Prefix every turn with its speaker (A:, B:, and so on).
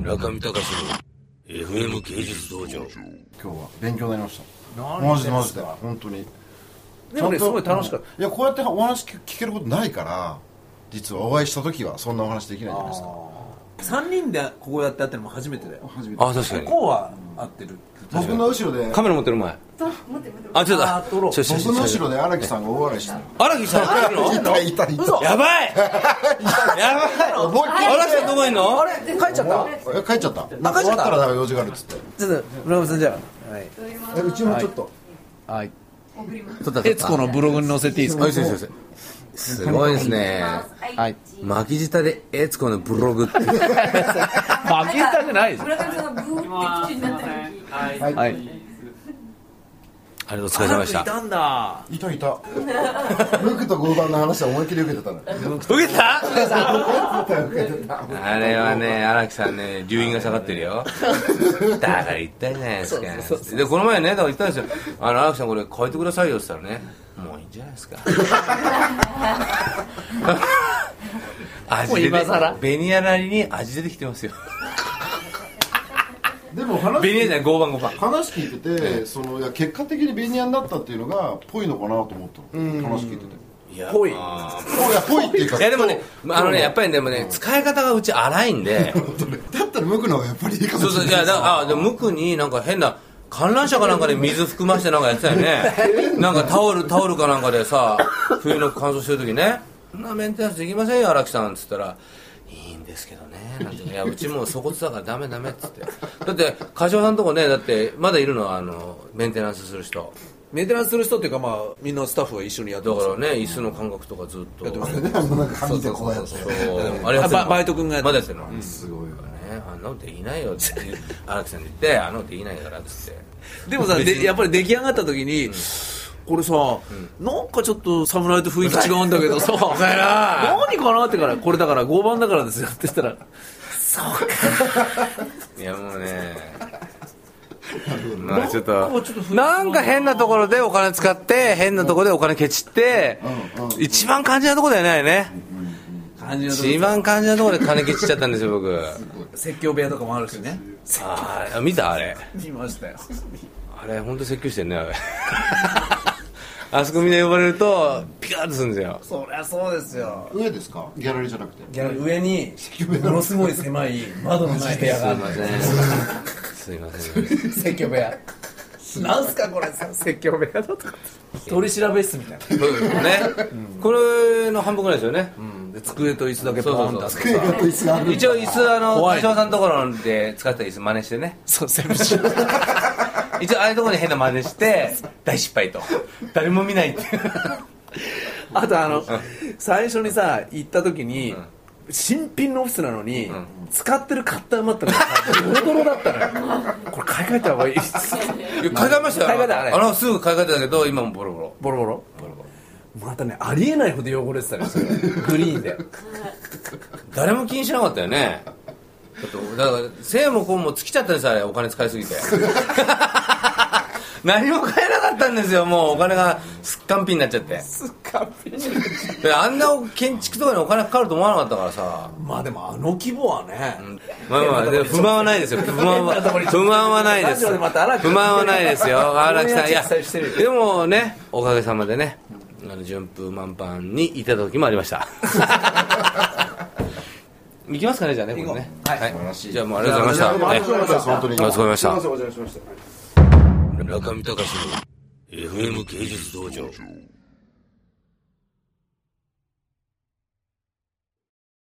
A: 中見隆の FM 芸術道場
B: 今日は勉強になりました
C: 何
B: マジで
C: 言
B: マ
C: っ
B: ジ
C: てんすか
B: で本当にち
C: でもね
B: ゃんと
C: すごい楽しかった
B: うんいやこうやってお話聞聞けることないから実はお会いした時はそんなお話できないじゃないですか
C: 3人でここやって会ったのも初めてだよ
B: 初めて
A: あ確かに
C: 向こうは合ってる
B: 僕の後ろで
A: カメラ持ってる前あちょっ
C: あ撮ろ
A: と
C: う
A: ちょちょちょ
B: 僕の後ろで荒木さんが大笑いしてる
A: 荒木さん入ってるの
B: いたいたいた
C: 嘘
A: やばいやば
B: 思いっき
A: い荒木さんどこいんの
C: あれ帰っちゃった
B: りえ帰っちゃった
C: あ帰
B: 終
C: っちゃ
B: わ
C: った
B: ったらなんか用事があるっつって
C: ちょっと村山さんじゃあはいう
B: ちもちょっと
D: はい。徹子のブログに載せていいですか。
A: 先生すごいですね
D: はい。
A: 巻き舌でエツコのブログ って
D: 負けたくないです。
E: 村上さんがブーって口になってる時
D: はい。
A: あれお疲れ様でし
C: あい
A: た
C: たんだ
B: いたいたルクと合板の話は思いっきり受けてたの
A: 受けた
B: 受けてた
A: あれはね荒木さんね留飲が下がってる よだから言ったじゃないですかでこの前ねだから言ったんですよ「あの荒木さんこれ変えてくださいよ」って言ったらね「もういいんじゃない ですか」味出て
D: もう今更
A: ベニヤなりに味出てきてますよ
B: でも話
A: ベニヤじゃない5番5番
B: 話聞いてて、そのいや結果的にベニヤになったっていうのがぽいのかなと思ったの話聞いてて
C: ぽ
B: い
C: い
B: やぽいっていうか
A: いやでもねあのねやっぱりねでもね使い方がうち荒いんで
B: だったら無垢の方がやっぱりいいかも
A: そう
B: し
A: そう
B: れ
A: い
B: な
A: や
B: い
A: だあでも無垢になんか変な観覧車かなんかで水含ましてなんかやってたよねなんかタオルタオルかなんかでさ冬の乾燥してる時ね「そんなメンテナンスできませんよ荒木さん」っつったら「いいんですけどね」なんて「いやうちもう粗骨だからダメダメ」っつってだって柏さんとこねだってまだいるのはあのメンテナンスする人
C: メンテナンスする人っていうかまあみんなスタッフが一緒にやって
A: だ
C: ま
A: か
C: す
A: らね椅子の感覚とかずっと
B: あのなんか紙でこうやって
A: そうあれやってんの
C: あババイト君がやって
A: ま
C: る
A: だやってんの、
B: すごいよね
A: ね、あんなのできないよって言う荒木さんに言ってあんなのできないからって言って
C: でもさでやっぱり出来上がった時に、これさ、なんかちょっと侍と雰囲気違 うんだけどさ何かなってからこれだから5番だからですよって言ったら
A: いやもうねまあちょっ
C: ことうちょっと雰囲気
A: なんか変なところでお金使って変なところでお金ケチって一番肝心なところだよねあれね
C: 感じのとこ
A: 一番肝心なところで金ケチっちゃったんですよ 僕
C: 説教部屋とかもあるしね
A: ああ見たあれ
C: 見ましたよ
A: あれ本当説教してんねあれ あそこみんな呼ばれるとピカッとするんですよ
C: そりゃそうですよ
B: 上ですかギャラリーじゃなくて
C: 上にものすごい狭い窓のない部屋がある
A: すいませ ん
C: 説教部屋なんすかこれ 説教部屋だとか 取り調べ室みたいな
A: そうですよね、これの半分ぐらいですよね、
C: で机と椅子だけ
A: そう
C: ポ
A: そう
C: ンと
A: そう
C: あって
A: 机
B: あと椅子がある
A: 一応椅子あの
C: 怖い
A: 多少さんのところで使ってた椅子真似してね
C: そう全部知らない
A: 一応ああいうところに変な真似して大失敗と誰も見ないっていう
C: あとあの最初にさ行った時に、新品のオフィスなのに、使ってるカッターマットがさドロドロだったのよこれ買い替えた方がいい
A: いや買い替えましたよ
C: 買い替えたあ
A: あ
C: れ
A: のすぐ買い替えたけど今もボロボロ
C: ボロボロまたねありえないほど汚れてたのよそれグリーン で
A: 誰も気にしなかったよねちょっとだから生も子も尽きちゃったんですあれお金使いすぎ て何も買えなかったんですよもうお金がすっかんぴになっちゃってであんな建築とかにお金かかると思わなかったからさ
C: まあでもあの規模はね、
A: まあまあ、でも不満はないですよ。不満は、不満はないです。
C: ラジオでまた荒木さん
A: 不満はないですよ。荒木さん、いや
C: こういうやつ期待してる、よ
A: でもね、おかげさまでね、あの順風満帆にいた時もありました。行きますかね、じゃあね、これね。はい。じゃあもうありがとうございま
B: あり
A: し
B: がとうございます本当に
A: た。ありがとうございました。
F: 中見隆の FM 芸術道場。